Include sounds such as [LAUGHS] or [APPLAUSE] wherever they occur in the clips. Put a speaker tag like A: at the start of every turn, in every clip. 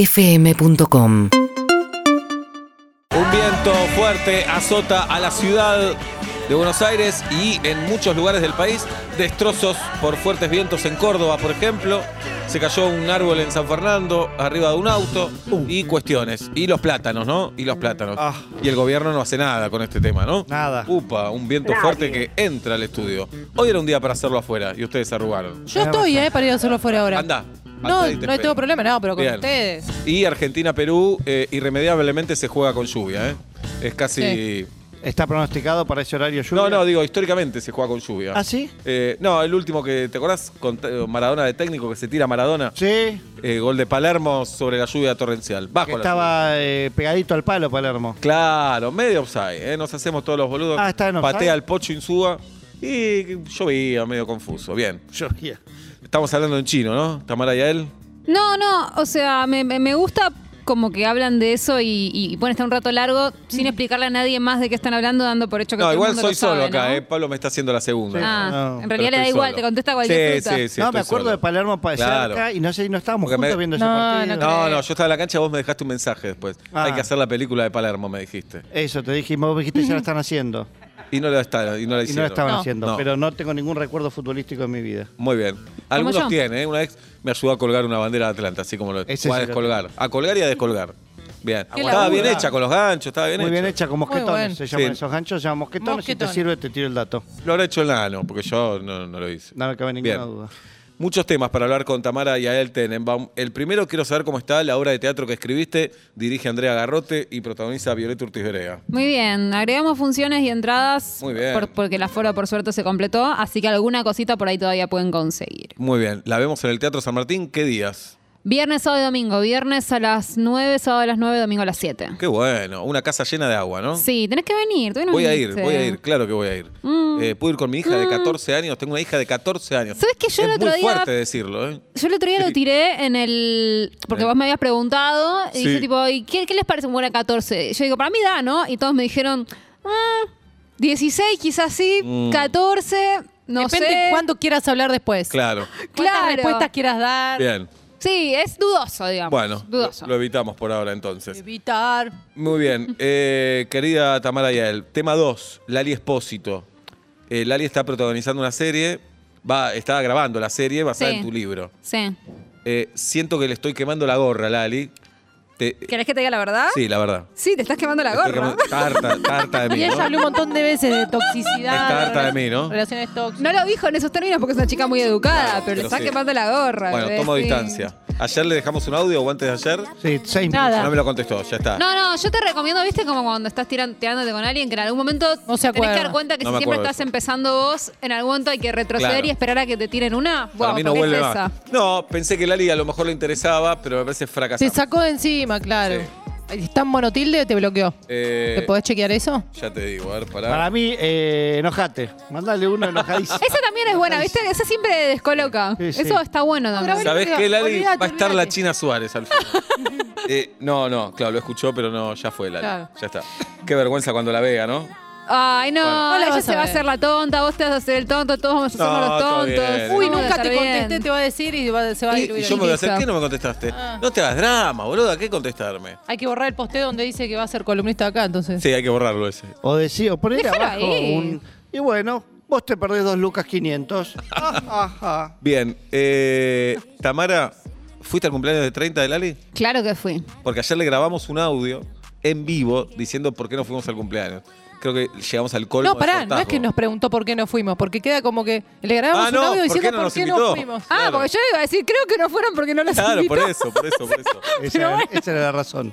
A: urbanaplayfm.com
B: Un viento fuerte azota a la ciudad de Buenos Aires y en muchos lugares del país. Destrozos por fuertes vientos en Córdoba, por ejemplo. Se cayó un árbol en San Fernando, arriba de un auto y cuestiones. Y los plátanos, ¿no? Y los plátanos.
C: Uh. Ah.
B: Y el gobierno no hace nada con este tema, ¿no?
C: Nada.
B: Upa, un viento
D: Nadie.
B: fuerte que entra al estudio. Hoy era un día para hacerlo afuera y ustedes se arrugaron.
E: Yo estoy, ¿eh? Para ir a hacerlo fuera ahora.
B: Anda.
E: No, no tengo problema, no, pero con
B: Bien.
E: ustedes.
B: Y Argentina-Perú eh, irremediablemente se juega con lluvia, ¿eh? Es casi...
E: Sí.
C: ¿Está pronosticado para ese horario lluvia?
B: No, no, digo, históricamente se juega con lluvia.
C: ¿Ah, sí?
B: Eh, no, el último que, ¿te acordás? Con eh, Maradona de técnico que se tira Maradona.
C: Sí,
B: Eh, gol de Palermo sobre la lluvia torrencial. Bajo
C: que
B: la lluvia.
C: estaba eh, pegadito al palo Palermo.
B: Claro, medio offside, eh, nos hacemos todos los boludos.
C: Ah, ¿está en offside?
B: Patea el pocho Insúa y llovía, medio confuso. Bien,
C: Llovía.
B: estamos hablando en chino, ¿no? Tamara y él.
D: No, no, o sea, me, me- me gusta como que hablan de eso y, y, bueno, está un rato largo
E: Mm.
D: sin explicarle a nadie más de qué están hablando, dando por hecho que
B: No,
D: todo
B: igual
D: el mundo
B: soy
D: lo sabe,
B: solo acá,
D: ¿no?
B: eh. Pablo me está haciendo la segunda.
D: Ah,
C: No,
D: en realidad
B: Pero
D: le da
B: estoy
D: igual,
B: solo.
D: te contesta cualquier
B: Sí,
D: fruta.
B: sí, sí,
C: no,
B: estoy
C: me acuerdo
B: solo.
C: de Palermo pa-
B: Claro.
C: cerca y no sé, no estábamos
B: Porque me-
C: juntos viendo
E: No,
C: ese
E: no
C: partido.
B: No,
E: creo.
B: no, yo estaba en la cancha, vos me dejaste un mensaje después.
C: Ah.
B: Hay que hacer la película de Palermo, me dijiste.
C: Eso, te dije, y vos dijiste,
E: [LAUGHS]
C: ya lo están haciendo.
B: Y no la, está, y no la
C: Y
B: hicieron.
C: no lo estaban
E: No.
C: haciendo,
B: No.
C: pero no tengo ningún recuerdo futbolístico en mi vida.
B: Muy bien. Algunos
D: yo.
B: tienen, ¿eh? Una vez me ayudó a colgar una bandera de Atlanta, así como lo
C: Ese
B: o a
C: sí lo
B: descolgar. A colgar y a descolgar. Bien.
E: Qué
B: Estaba
E: laburo.
B: bien hecha con los ganchos, estaba bien
C: Muy
B: hecha.
C: bien hecha, con mosquetones.
E: bueno.
C: Se llaman
B: Sí.
C: esos ganchos, se llaman mosquetones. Si
E: Mosquetón.
C: te sirve, te tiro el dato.
B: Lo habrá hecho el nano, porque yo no, no lo hice.
C: No me cabe ninguna
B: Bien.
C: duda.
B: Muchos temas para hablar con Tamara y Ael Tenenbaum. El primero, quiero saber cómo está la obra de teatro que escribiste. Dirige Andrea Garrote y protagoniza Violeta Ortiz Verega.
D: Muy bien, agregamos funciones y entradas
B: Muy bien.
D: por- porque el aforo por suerte se completó, así que alguna cosita por ahí todavía pueden conseguir.
B: Muy bien. La vemos en el Teatro San Martín. ¿Qué días?
D: Viernes, sábado y domingo. Viernes a las 9, sábado a las 9, domingo a las 7.
B: Qué bueno. Una casa llena de agua, ¿no?
D: Sí, tenés que venir. todavía no
B: Voy a ir,
D: viniste.
B: voy a ir, claro que voy a ir.
D: Mm.
B: Eh, pude ir con mi hija de 14 años, tengo una hija de 14 años.
D: ¿Sabés que yo
B: es
D: el otro
B: muy
D: día-
B: fuerte decirlo, ¿eh?
D: Yo el otro día lo tiré en el. Porque
B: Bien.
D: vos me habías preguntado. Y
B: Eh. Sí.
D: dije, tipo, ¿y qué, qué les parece un buena 14? Yo digo, para mí da, ¿no? Y todos me dijeron, mm, 16, quizás sí,
B: Mm.
D: 14, no
E: Depende
D: sé.
E: cuándo quieras hablar
D: [LAUGHS]
E: después.
B: Claro.
E: Cuántas
D: Claro.
E: respuestas quieras dar.
B: Bien.
D: Sí, es dudoso, digamos.
B: Bueno, lo,
D: dudoso.
B: lo evitamos por ahora entonces.
E: Evitar.
B: Muy
D: [LAUGHS]
B: bien. Eh, querida Tamara Yael, tema 2, Lali Espósito. Eh, Lali está protagonizando una serie, va, está grabando la serie basada
D: Sí.
B: en tu libro.
D: sí.
B: Eh, siento que le estoy quemando la gorra, Lali. Te-
D: ¿Querés que te diga la verdad?
B: sí, la verdad.
D: Sí, te estás quemando la
B: Estoy
D: gorra.
B: quemando- tarta, tarta de mí.
E: Y ella
B: ¿no?
E: habló un montón de veces de toxicidad.
B: Está harta de
E: relac-
B: mí, ¿no?
E: Relaciones
D: [LAUGHS]
E: tóxicas.
D: No lo dijo en esos términos porque es una chica muy educada, pero
B: pero
D: le estás
B: sí.
D: quemando la gorra.
B: Bueno,
D: ¿ves?
B: tomo
D: Sí.
B: distancia. Ayer le dejamos un audio o antes de ayer.
C: Sí, seis
E: Nada.
C: minutos.
B: No me lo contestó, ya está.
D: No, no, yo te recomiendo, viste, como cuando estás tiranteándote con alguien, que en algún momento
E: No
D: tenés
E: se acuerda.
D: que dar cuenta que
B: No
D: si
B: me
D: siempre
B: acuerdo de
D: estás
B: eso.
D: empezando vos, en algún momento hay que retroceder
B: Claro.
D: y esperar a que te tiren una.
B: Para
D: Bueno,
B: mí no
D: porque es
B: vuelve
D: esa.
B: más. No, pensé que Lali a lo mejor le interesaba, pero me parece
E: Se
B: fracasado.
E: sacó de encima, claro. ¿Es tan monotilde te bloqueó?
B: Eh,
E: ¿Te podés chequear eso?
B: Ya te digo, a ver, pará.
C: Para mí, eh, enojate. Mándale uno
E: [LAUGHS]
C: enojadísimo.
D: Esa también es buena, ¿viste? Esa siempre descoloca.
C: Sí, sí.
D: Eso está bueno también.
B: ¿Sabés qué, Lali?
E: Olvídate,
B: Va a estar la
E: olvídate.
B: China Suárez al
E: [LAUGHS]
B: final. Eh, no, no, claro, lo escuchó, pero no, ya fue Lali.
E: Claro.
B: Ya está. Qué vergüenza cuando la vea, ¿no?
D: Ay, no,
B: Bueno.
E: No la
D: ella
E: vas
D: se
E: a
D: va a
E: ver.
D: hacer la tonta, vos te vas a hacer el tonto, todos vamos a
B: No,
D: hacernos los
B: todo
D: tontos.
B: bien. Uy,
E: Uy,
D: Vamos a
E: nunca
D: estar
E: te
D: bien.
E: contesté, te va a decir y va- se va a
B: Y,
E: ir.
B: y yo me voy a hacer,
D: Listo.
B: ¿qué no me contestaste?
E: Ah.
B: No te hagas drama, boludo, ¿a qué contestarme?
E: Hay que borrar el posteo donde dice que va a ser columnista acá, entonces.
B: Sí, hay que borrarlo ese.
C: O decía, o poner
D: Déjalo
C: abajo
D: ahí.
C: un. Y bueno, vos te perdés dos lucas
D: [LAUGHS]
C: 500.
D: Ah,
C: Ajá.
B: Bien, eh, Tamara, ¿fuiste al cumpleaños de 30 de Lali?
D: Claro que fui.
B: Porque ayer le grabamos un audio en vivo diciendo por qué no fuimos al cumpleaños. Creo que llegamos al colmo.
E: No,
B: de
E: pará, no es
B: hartazgo.
E: que nos preguntó por qué no fuimos, porque queda como que le grabamos
B: Ah,
E: un
B: no,
E: audio
B: ¿por
E: diciendo
B: qué no
E: por
B: nos
E: qué
B: invitó?
E: no fuimos.
D: Ah,
B: Claro.
D: porque yo iba a decir, creo que no fueron porque no
B: [LAUGHS]
D: los
B: Claro,
D: invitó.
B: por eso, por eso, por eso.
C: Esa, esa era la razón.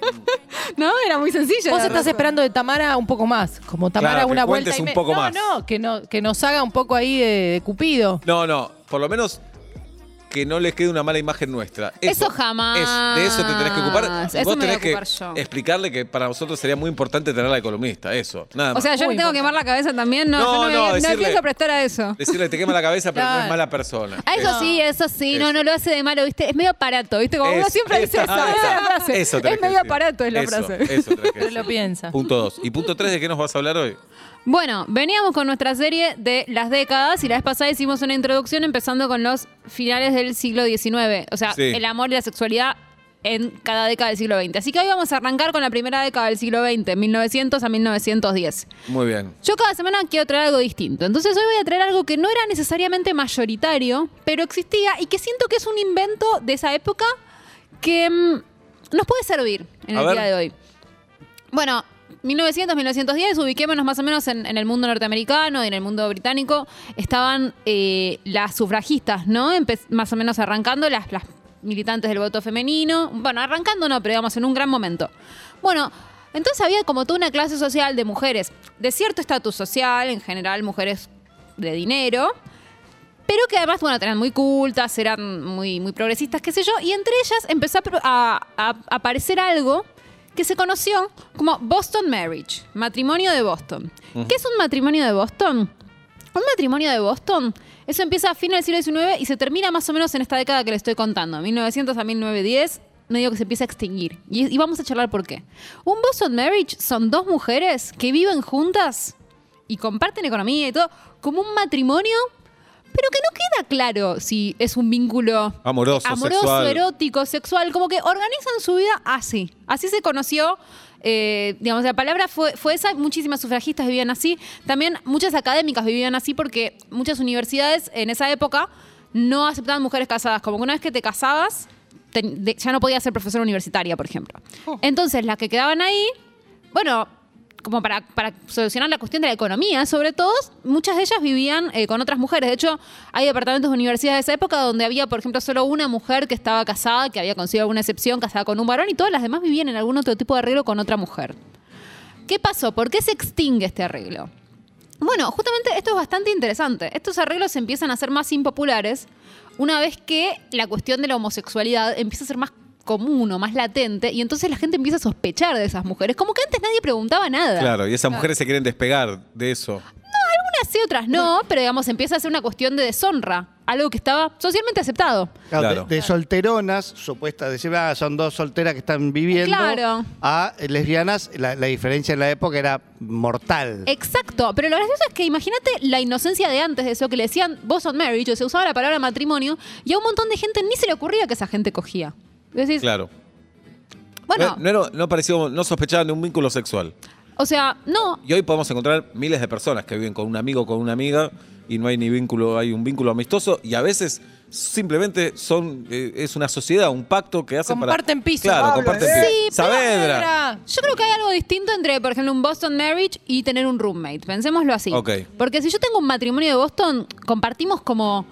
D: No, era muy sencillo.
E: Vos
D: la
E: estás
D: razón.
E: esperando de Tamara un poco más, como Tamara
B: Claro, que
E: una vuelta
B: cuentes
E: y
B: un
E: me-
B: poco
E: no,
B: más.
E: no, que no, que nos haga un poco ahí de, de cupido.
B: No, no, por lo menos que no les quede una mala imagen nuestra.
D: Eso jamás.
B: es- de eso te tenés que ocupar.
D: Eso
B: Vos
D: me voy
B: tenés
D: a
B: que
D: ocupar yo.
B: explicarle que para nosotros sería muy importante tener de columnista, eso. Nada más.
D: O sea, yo
E: Muy
D: le tengo que
E: importante.
D: quemar la cabeza también. No, yo no,
B: No,
D: me-
B: no,
D: no
B: decirle-
D: pienso prestar a eso.
B: Decirle te quema la cabeza, pero no es
E: Claro.
B: mala persona.
D: Ah, eso
B: Es-
D: sí, eso sí, no,
B: Eso.
D: no lo hace de malo, ¿viste? Es medio aparato, ¿viste? Como uno
B: es-
D: siempre dice
B: esa-
D: eso,
B: ah,
D: esa es
B: esa-
D: la frase.
B: eso tenés
D: es
B: que
D: medio
B: decir.
D: aparato, es la
B: Eso,
D: frase.
B: Eso tenés que
E: Pero lo
B: decir.
E: piensa.
B: Punto dos. ¿Y punto tres de qué nos vas a hablar hoy?
D: [LAUGHS] Bueno, veníamos con nuestra serie de las décadas y la vez pasada hicimos una introducción empezando con los finales del siglo XIX. O sea,
B: Sí.
D: el amor y la sexualidad en cada década del siglo XX. Así que hoy vamos a arrancar con la primera década del siglo XX, 1900 a 1910.
B: Muy bien.
D: Yo cada semana quiero traer algo distinto. Entonces hoy voy a traer algo que no era necesariamente mayoritario, pero existía y que siento que es un invento de esa época que mm, nos puede servir en
B: A
D: el
B: ver.
D: día de hoy. Bueno, 1900, 1910, ubiquémonos más o menos en, en el mundo norteamericano y en el mundo británico. Estaban eh, las sufragistas, ¿no? Empe- más o menos arrancando las, las militantes del voto femenino. Bueno, arrancando no, pero digamos en un gran momento. Bueno, entonces había como toda una clase social de mujeres de cierto estatus social, en general mujeres de dinero, pero que además, bueno, eran muy cultas, eran muy, muy progresistas, qué sé yo, y entre ellas empezó a, pro- a- a aparecer algo que se conoció como Boston Marriage, matrimonio de Boston. ¿Qué es un matrimonio de Boston? Un matrimonio de Boston, eso empieza a fines del siglo XIX y se termina más o menos en esta década que le estoy contando, 1900 a 1910, medio que se empieza a extinguir. Y, y vamos a charlar por qué. Un Boston Marriage son dos mujeres que viven juntas y comparten economía y todo, como un matrimonio, pero que no queda claro si es un vínculo
B: Amoroso,
D: amoroso,
B: sexual.
D: erótico, sexual, como que organizan su vida así. Así se conoció. eh, digamos, la palabra fue, fue esa, muchísimas sufragistas vivían así, también muchas académicas vivían así porque muchas universidades en esa época no aceptaban mujeres casadas, como que una vez que te casabas te- de- ya no podías ser profesora universitaria, por ejemplo. Entonces las que quedaban ahí, bueno, como para, para solucionar la cuestión de la economía, sobre todo, muchas de ellas vivían eh, con otras mujeres. De hecho, hay departamentos de universidades de esa época donde había, por ejemplo, solo una mujer que estaba casada, que había conseguido alguna excepción, casada con un varón, y todas las demás vivían en algún otro tipo de arreglo con otra mujer. ¿Qué pasó? ¿Por qué se extingue este arreglo? Bueno, justamente esto es bastante interesante. Estos arreglos empiezan a ser más impopulares una vez que la cuestión de la homosexualidad empieza a ser más común o más latente y entonces la gente empieza a sospechar de esas mujeres. Como que antes nadie preguntaba nada.
B: Claro, y esas mujeres se quieren despegar de eso.
D: Unas sí, otras no, pero digamos empieza a ser una cuestión de deshonra, algo que estaba socialmente aceptado.
C: Claro,
B: Claro.
C: De, de solteronas, supuestas, decir, ah, son dos solteras que están viviendo,
D: Claro.
C: a lesbianas, la, la diferencia en la época era mortal.
D: Exacto, pero lo gracioso es que imagínate la inocencia de antes de eso, que le decían vos on marriage, o se usaba la palabra matrimonio, y a un montón de gente ni se le ocurría que esa gente cogía. Decís,
B: Claro.
D: bueno,
B: No, no, era- no parecía- no sospechaban de un vínculo sexual.
D: o sea, no,
B: Y hoy podemos encontrar miles de personas que viven con un amigo o con una amiga y no hay ni vínculo, hay un vínculo amistoso y a veces simplemente son eh, es una sociedad, un pacto que hacen para...
E: Comparten piso.
B: Claro,
E: Pablo,
B: comparten
E: ¿eh?
B: piso.
D: Sí, pero-
B: Saavedra.
D: Yo creo que hay algo distinto entre, por ejemplo, un Boston marriage y tener un roommate. Pensémoslo así.
B: Ok.
D: Porque si yo tengo un matrimonio de Boston, compartimos como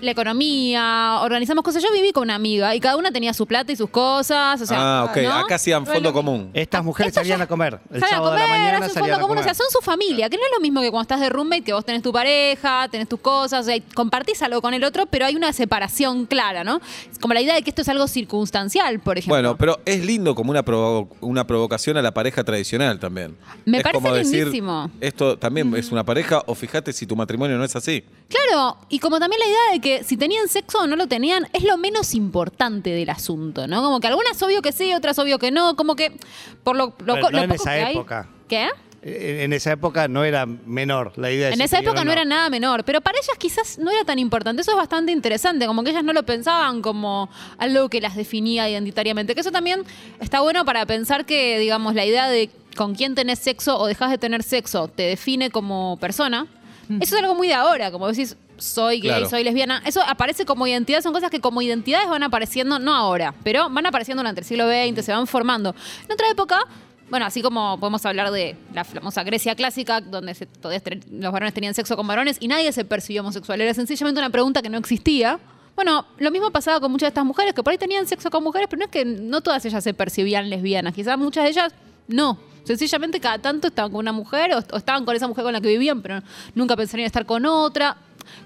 D: la economía, organizamos cosas. Yo viví con una amiga y cada una tenía su plata y sus cosas. O sea,
B: ah, ok.
D: ¿no?
B: Acá hacían
E: No es
B: fondo
E: lo mismo.
B: común.
C: Estas mujeres
D: Esto
C: salían
D: ya-
C: a comer. El
D: Salen a
C: sábado
D: comer,
C: de la mañana
D: hacen
C: salían
D: fondo
C: a
D: común,
C: comer.
D: o sea, son su familia, que no es lo mismo que cuando estás de roommate, que vos tenés tu pareja, tenés tus cosas, o sea, y compartís algo con el otro, pero hay una separación clara, ¿no? Es como la idea de que esto es algo circunstancial, por ejemplo.
B: Bueno, pero es lindo como una, provo- una provocación a la pareja tradicional también.
D: Me
B: Es
D: parece
B: como decir,
D: lindísimo.
B: Esto también es una pareja o fíjate si tu matrimonio no es así.
D: Claro, y como también la idea de que si tenían sexo o no lo tenían es lo menos importante del asunto, ¿no? Como que algunas obvio que sí, otras obvio que no, como que por lo, lo,
C: Bueno,
D: lo
C: no en
D: poco
C: esa
D: que hay-
C: época.
D: ¿Qué?
C: En Eh, en esa época no era menor la idea de
D: En
C: si
D: esa
C: tenían
D: época
C: o
D: no era nada menor, pero para ellas quizás no era tan importante. Eso es bastante interesante, como que ellas no lo pensaban como algo que las definía identitariamente. Que eso también está bueno para pensar que, digamos, la idea de con quién tenés sexo o dejas de tener sexo te define como persona. Eso es algo muy de ahora, como decís, soy gay,
B: Claro.
D: soy lesbiana. Eso aparece como identidad, son cosas que como identidades van apareciendo, no ahora, pero van apareciendo durante el siglo XX, se van formando. En otra época, bueno, así como podemos hablar de la famosa Grecia clásica, donde se- todavía ten- los varones tenían sexo con varones y nadie se percibió homosexual, era sencillamente una pregunta que no existía. Bueno, lo mismo pasaba con muchas de estas mujeres, que por ahí tenían sexo con mujeres, pero no es que no todas ellas se percibían lesbianas, quizás muchas de ellas no. Sencillamente cada tanto estaban con una mujer o, o estaban con esa mujer con la que vivían, pero nunca pensarían estar con otra.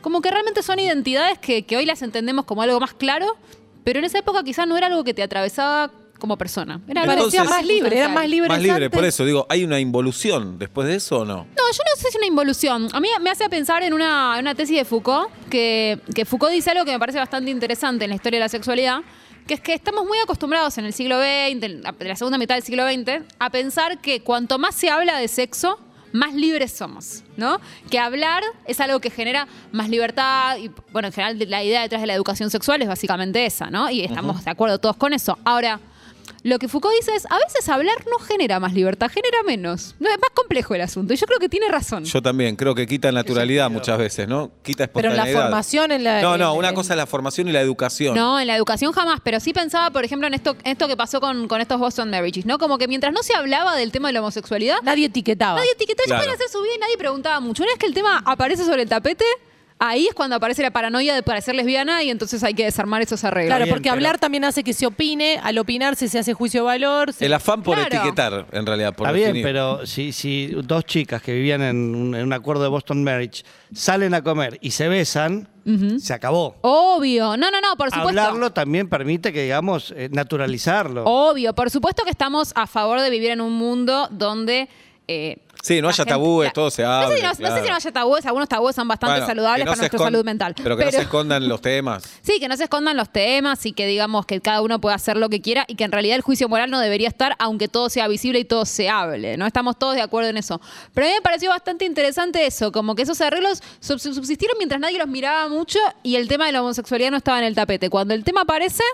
D: Como que realmente son identidades que, que hoy las entendemos como algo más claro, pero en esa época quizás no era algo que te atravesaba como persona. Era algo
E: Parecía
B: Entonces-
E: más libre, eran más libres
B: Más libre,
E: antes.
B: por eso digo, ¿hay una involución después de eso o no?
D: No, yo no sé si es una involución. A mí me hace pensar en una, en una tesis de Foucault, que, que Foucault dice algo que me parece bastante interesante en la historia de la sexualidad, que es que estamos muy acostumbrados en el siglo XX, en la, en la segunda mitad del siglo XX, a pensar que cuanto más se habla de sexo, más libres somos, ¿no? Que hablar es algo que genera más libertad y, bueno, en general la idea detrás de la educación sexual es básicamente esa, ¿no? Y estamos de acuerdo todos con eso. Ahora, lo que Foucault dice es, a veces hablar no genera más libertad, genera menos. No, es más complejo el asunto. Y yo creo que tiene razón.
B: Yo también creo que quita naturalidad muchas veces, ¿no? Quita
E: Pero en
B: espontaneidad.
E: la formación, en la.
B: No, no,
E: en-
B: una
E: en-
B: cosa es la formación y la educación.
D: No, en la educación jamás, pero sí pensaba, por ejemplo, en esto, en esto que pasó con, con estos Boston Marriages, ¿no? Como que mientras no se hablaba del tema de la homosexualidad,
E: Nadie etiquetaba.
D: nadie etiquetaba,
B: Claro.
D: ellos podían hacer su vida y nadie preguntaba mucho. Una vez que el tema aparece sobre el tapete, ahí es cuando aparece la paranoia de parecer lesbiana y entonces hay que desarmar esos arreglos.
E: Claro,
A: Bien,
E: porque
A: pero-
E: hablar también hace que se opine. Al opinarse se hace juicio de valor. se-
B: El afán por
D: Claro.
B: etiquetar, en realidad. Por
A: Está bien,
B: definir.
A: pero si, si dos chicas que vivían en un, en un acuerdo de Boston Marriage salen a comer y se besan, se acabó.
D: Obvio, no, no, no, por supuesto.
A: Hablarlo también permite que, digamos, eh, naturalizarlo.
D: Obvio, por supuesto que estamos a favor de vivir en un mundo donde... eh,
B: Sí, no
D: la
B: haya
D: gente-
B: tabúes,
D: la-
B: todo se
D: No sé,
B: hable,
D: si no, no sé
B: claro.
D: si no haya tabúes, algunos tabúes son bastante
B: Bueno,
D: saludables
B: que no
D: para
B: se
D: nuestra
B: escon-
D: salud mental.
B: Pero que no se escondan los temas.
D: [LAUGHS] Sí, que no se escondan los temas y que digamos que cada uno puede hacer lo que quiera y que en realidad el juicio moral no debería estar aunque todo sea visible y todo se hable, ¿no? Estamos todos de acuerdo en eso. Pero a mí me pareció bastante interesante eso, como que esos arreglos sub- sub- subsistieron mientras nadie los miraba mucho y el tema de la homosexualidad no estaba en el tapete. Cuando el tema aparece,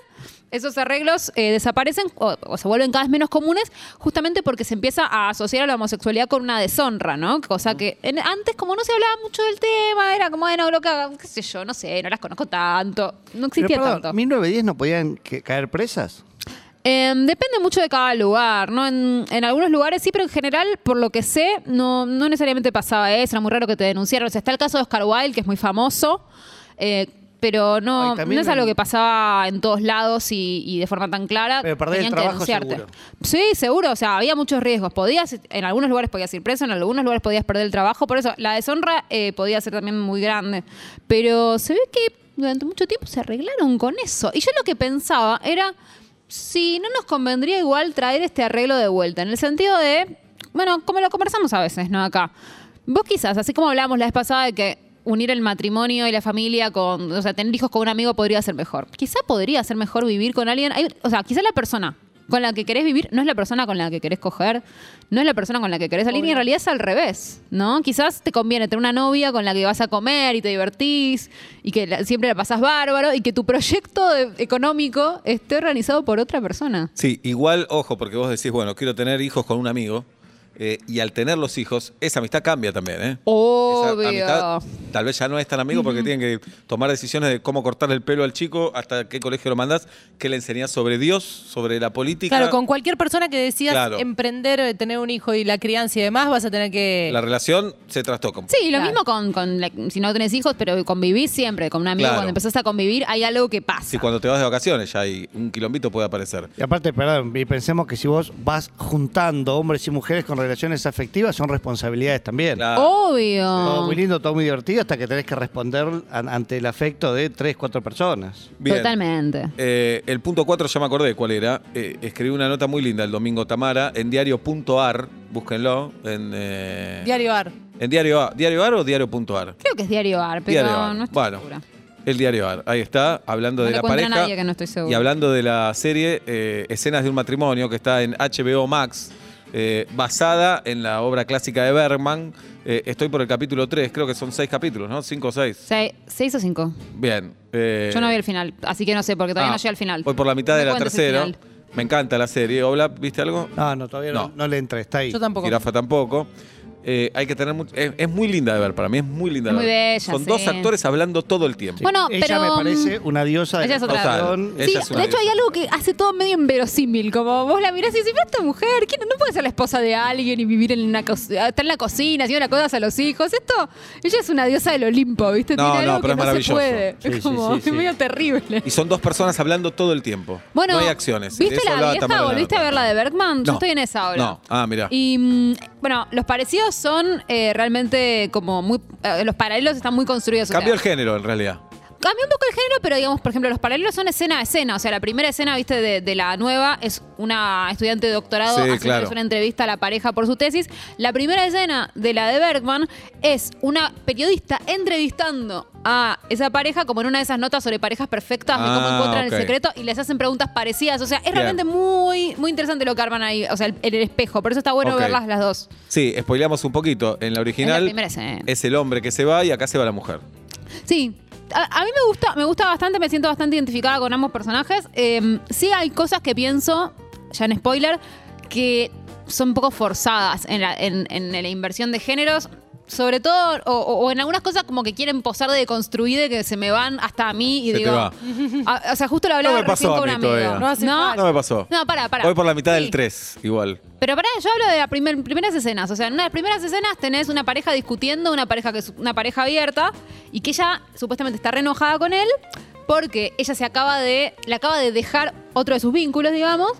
D: esos arreglos eh, desaparecen o, o se vuelven cada vez menos comunes justamente porque se empieza a asociar a la homosexualidad con una deshonra, ¿no? Cosa que en- antes como no se hablaba mucho del tema, era como, bueno, lo que hagan, qué sé yo, no sé, no las conozco tanto, no
C: Pero,
D: existía
C: perdón,
D: tanto.
C: ¿1910 no podían que- caer presas?
D: Eh, depende mucho de cada lugar, ¿no? En, en algunos lugares sí, pero en general, por lo que sé, no, no necesariamente pasaba eso, era muy raro que te denunciaran. O sea, está el caso de Oscar Wilde, que es muy famoso, eh, pero no,
C: Ay, también
D: no es algo
C: en-
D: que pasaba en todos lados y, y de forma tan clara.
A: Pero perdés el
D: Tenían
A: trabajo
D: que denunciarte.
A: seguro.
D: Sí, seguro, o sea, había muchos riesgos. Podías, en algunos lugares podías ir preso, en algunos lugares podías perder el trabajo, por eso la deshonra eh, podía ser también muy grande. Pero se ve que durante mucho tiempo se arreglaron con eso. Y yo lo que pensaba era, si no nos convendría igual traer este arreglo de vuelta, en el sentido de, bueno, como lo conversamos a veces, ¿no? Acá. Vos quizás, así como hablábamos la vez pasada de que unir el matrimonio y la familia con, o sea, tener hijos con un amigo podría ser mejor. Quizá podría ser mejor vivir con alguien, hay- o sea, quizá la persona con la que querés vivir no es la persona con la que querés coger, no es la persona con la que querés salir, y en realidad es al revés, ¿no? Quizás te conviene tener una novia con la que vas a comer y te divertís y que la- siempre la pasás bárbaro y que tu proyecto de- económico esté organizado por otra persona.
B: Sí, igual, ojo, porque vos decís, bueno, quiero tener hijos con un amigo. eh, y al tener los hijos, esa amistad cambia también, ¿eh? Esa
D: Obvio.
B: amistad, tal vez ya no es tan amigo porque tienen que tomar decisiones de cómo cortar el pelo al chico, hasta qué colegio lo mandás, qué le enseñás sobre Dios, sobre la política.
E: Claro, con cualquier persona que decidas
B: Claro.
E: emprender, eh, tener un hijo y la crianza y demás, vas a tener que.
B: La relación se trastoca. un poco.
D: Sí, lo
E: Claro.
D: mismo con, con la- si no tenés hijos, pero convivís siempre con un amigo.
B: Claro.
D: Cuando empezás a convivir, hay algo que pasa.
B: Si cuando te vas de vacaciones ya hay un quilombito puede aparecer.
A: Y aparte, perdón, y pensemos que si vos vas juntando hombres y mujeres con relaciones afectivas, son responsabilidades también.
D: Oh,
B: Claro.
A: Todo
D: Obvio.
A: muy lindo, todo muy divertido, hasta que tenés que responder an- ante el afecto de tres, cuatro personas.
B: Bien.
D: Totalmente.
B: Eh, el punto 4 ya me acordé cuál era. Eh, escribí una nota muy linda el domingo Tamara en diario.ar, búsquenlo. En, eh,
E: Diario Ar.
B: en diario, A- diario Ar o diario.ar.
D: Creo que es diario AR, pero
B: Diario Ar.
D: no estoy
B: Bueno,
D: segura.
B: el diario AR. Ahí está, hablando
D: No
B: de
D: le
B: la
D: cuenten a
B: pareja.
D: nadie que no estoy segura.
B: y hablando de la serie eh, Escenas de un matrimonio, que está en HBO Max, eh, basada en la obra clásica de Bergman. Eh, estoy por el capítulo 3, creo que son 6 capítulos, ¿no? 5 o 6.
D: Se- ¿Seis o cinco?
B: Bien. eh,
D: Yo no vi el final, así que no sé, porque todavía
B: ah,
D: no llegué al final.
B: Voy por la mitad
D: No
B: de la
D: cuentes el
B: tercera.
D: final.
B: Me encanta la serie. Obla, ¿viste algo?
A: No, no, todavía no,
B: No.
A: no le entré, está ahí.
E: Yo tampoco.
B: Jirafa tampoco. Eh, hay que tener mucho. Es, es muy linda de ver para mí, es muy linda
D: Es
B: de
D: muy
B: ver.
D: bella,
B: Son
D: sí.
B: dos actores hablando todo el tiempo.
D: Bueno,
A: Ella
D: pero,
A: me
D: mm,
A: parece una diosa de
D: ella es otra.
A: actuación.
B: Ella
D: Sí,
B: es una
D: de hecho hay
B: diosa.
D: algo que hace todo medio inverosímil. Como vos la mirás y decís, pero esta mujer, ¿quién, no puede ser la esposa de alguien y vivir en una co- estar en la cocina, haciendo las cosas a los hijos. Esto, ella es una diosa del Olimpo, ¿viste?
B: No,
D: Tiene
B: no,
D: algo
B: pero
D: que
B: es
D: no se
B: maravilloso.
D: puede.
A: Sí, sí,
D: es como
A: sí, sí.
D: es medio terrible.
B: Y son dos personas hablando todo el tiempo.
D: Bueno,
B: no hay acciones. De
D: ¿viste
B: eso
D: la
B: hablaba
D: vieja?
B: Tamara.
D: ¿Volviste a ver la de Bergman?
B: No.
D: Yo estoy en esa ahora.
B: No, ah, mira.
D: Y mm, bueno, los parecidos son eh, realmente como muy. eh, los paralelos están muy construidos. o
B: Cambió el
D: sea,
B: género en realidad.
D: cambió un poco el género, pero digamos, por ejemplo, los paralelos son escena a escena. O sea, la primera escena, viste, de, de la nueva es una estudiante de doctorado
B: Sí,
D: haciéndoles
B: claro.
D: una entrevista a la pareja por su tesis. La primera escena de la de Bergman es una periodista entrevistando a esa pareja como en una de esas notas sobre parejas perfectas de cómo
B: Ah,
D: encuentran
B: ok.
D: el secreto y les hacen preguntas parecidas. O sea, es
B: Bien.
D: realmente muy, muy interesante lo que arman ahí, o sea, el- en el espejo. Por eso está bueno
B: Ok.
D: verlas las dos.
B: Sí, spoileamos un poquito. En la original
D: Es la primera escena.
B: es el hombre que se va y acá se va la mujer.
D: Sí. A, a mí me gusta, me gusta bastante, me siento bastante identificada con ambos personajes. Eh, sí hay cosas que pienso, ya en spoiler, que son un poco forzadas en la, en- en la inversión de géneros. Sobre todo, o, o- o en algunas cosas como que quieren posar de deconstruida que se me van hasta a mí y
B: Se te
D: digo. [LAUGHS]
B: va.
D: Ah, o sea, justo lo hablaba
B: No me
D: recién
B: pasó a
D: con
B: mí
D: un amigo.
B: todavía.
E: No hace
D: no,
E: falta.
B: No me pasó.
D: Ah, No, para, para.
B: Voy por la mitad
D: Sí.
B: del 3, igual.
D: Pero pará, yo hablo de las primer- primeras escenas. O sea, en una de las primeras escenas tenés una pareja discutiendo, una pareja que es una pareja abierta, y que ella supuestamente está re enojada con él porque ella se acaba de. le acaba de dejar otro de sus vínculos, digamos.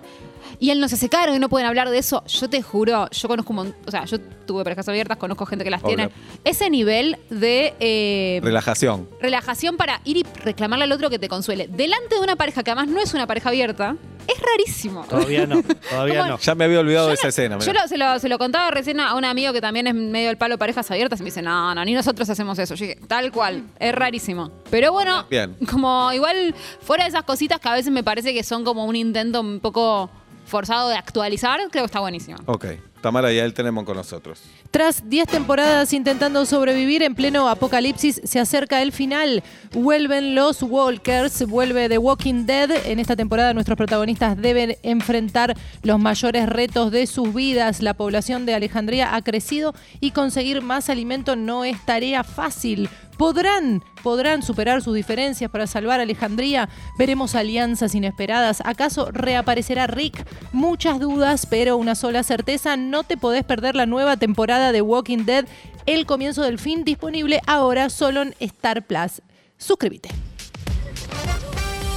D: Y él no se hace cargo y no pueden hablar de eso. Yo te juro, yo conozco un montón. O sea, yo tuve parejas abiertas, conozco gente que las
B: Hola.
D: tiene. Ese nivel de. eh,
B: Relajación.
D: relajación para ir y reclamarle al otro que te consuele. Delante de una pareja que además no es una pareja abierta, es rarísimo.
A: Todavía no, todavía
D: ¿Cómo?
A: no.
B: Ya me había olvidado de
D: Yo
B: esa
D: lo-
B: escena. mirá.
D: Yo lo- se, lo, se lo contaba recién a un amigo que también es medio el palo parejas abiertas y me dice, no, no, ni nosotros hacemos eso. Yo dije, tal cual, es rarísimo. Pero bueno,
B: Bien.
D: como igual fuera de esas cositas que a veces me parece que son como un intento un poco forzado de actualizar, creo que está buenísimo.
B: Ok. Tamara y él tenemos con nosotros.
E: Tras 10 temporadas intentando sobrevivir en pleno apocalipsis, se acerca el final. Vuelven los Walkers, vuelve The Walking Dead. En esta temporada nuestros protagonistas deben enfrentar los mayores retos de sus vidas. La población de Alejandría ha crecido y conseguir más alimento no es tarea fácil. ¿Podrán, podrán superar sus diferencias para salvar a Alejandría? ¿Veremos alianzas inesperadas? ¿Acaso reaparecerá Rick? Muchas dudas, pero una sola certeza, no te podés perder la nueva temporada de Walking Dead, el comienzo del fin, disponible ahora solo en Star Plus. Suscríbete.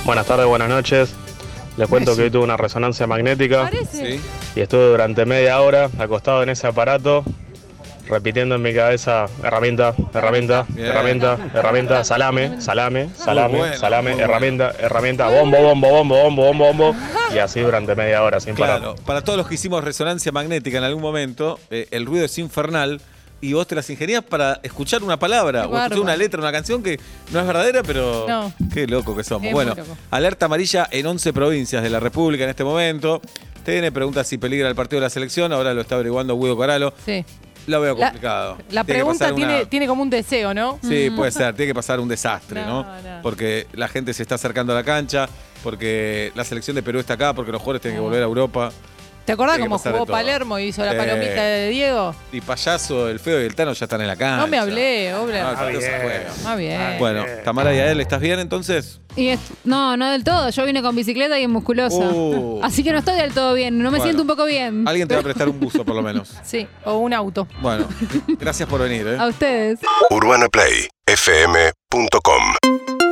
F: Buenas tardes, buenas noches. Les cuento que hoy tuve una resonancia magnética
B: Sí.
F: y estuve durante media hora acostado en ese aparato, repitiendo en mi cabeza herramienta, herramienta,
B: Bien.
F: herramienta, herramienta, salame, salame, salame,
B: bueno,
F: salame,
B: muy bueno.
F: herramienta, herramienta, bombo, bombo, bombo, bombo, bombo, bombo. Y así durante media hora sin parar.
B: Claro, para todos los que hicimos resonancia magnética en algún momento, eh, el ruido es infernal y vos te las ingenías para escuchar una palabra
E: Qué
B: o escuchar
E: bárbaro.
B: una letra, una canción que no es verdadera, pero
E: No.
B: qué loco que somos.
E: Es
B: bueno,
E: muy loco.
B: alerta amarilla en 11 provincias de la República en este momento. TN pregunta si peligra el partido de la selección, ahora lo está averiguando Guido Caralo.
E: Sí.
B: Lo veo
E: La,
B: complicado.
E: la
B: Tiene que
E: pregunta
B: pasar una-
E: tiene, tiene como un deseo, ¿no?
B: Sí, puede ser, tiene que pasar un desastre, ¿no?
E: No, no.
B: Porque la gente se está acercando a la cancha, porque la selección de Perú está acá, porque los jugadores tienen que volver a Europa.
E: ¿Te acordás
B: Tiene que
E: cómo
B: pasar
E: jugó
B: de todo.
E: Palermo y hizo la
B: Eh,
E: palomita de Diego?
B: Y payaso, el feo y el Tano ya están en la cancha.
E: No me hablé,
B: Ah,
E: obra.
B: ya no se
F: bien.
B: juega.
E: Ah, bien.
B: Bueno, Tamara y Ael, ¿estás bien entonces?
D: Y es- no, no del todo. Yo vine con bicicleta y es musculosa.
B: Uh.
D: Así que no estoy del todo bien, no me
B: Bueno.
D: siento un poco bien.
B: Alguien te va a prestar un buzo por lo menos.
E: Sí, o un auto.
B: Bueno, gracias por venir. ¿eh?
D: A ustedes.
G: UrbanaPlayFM.com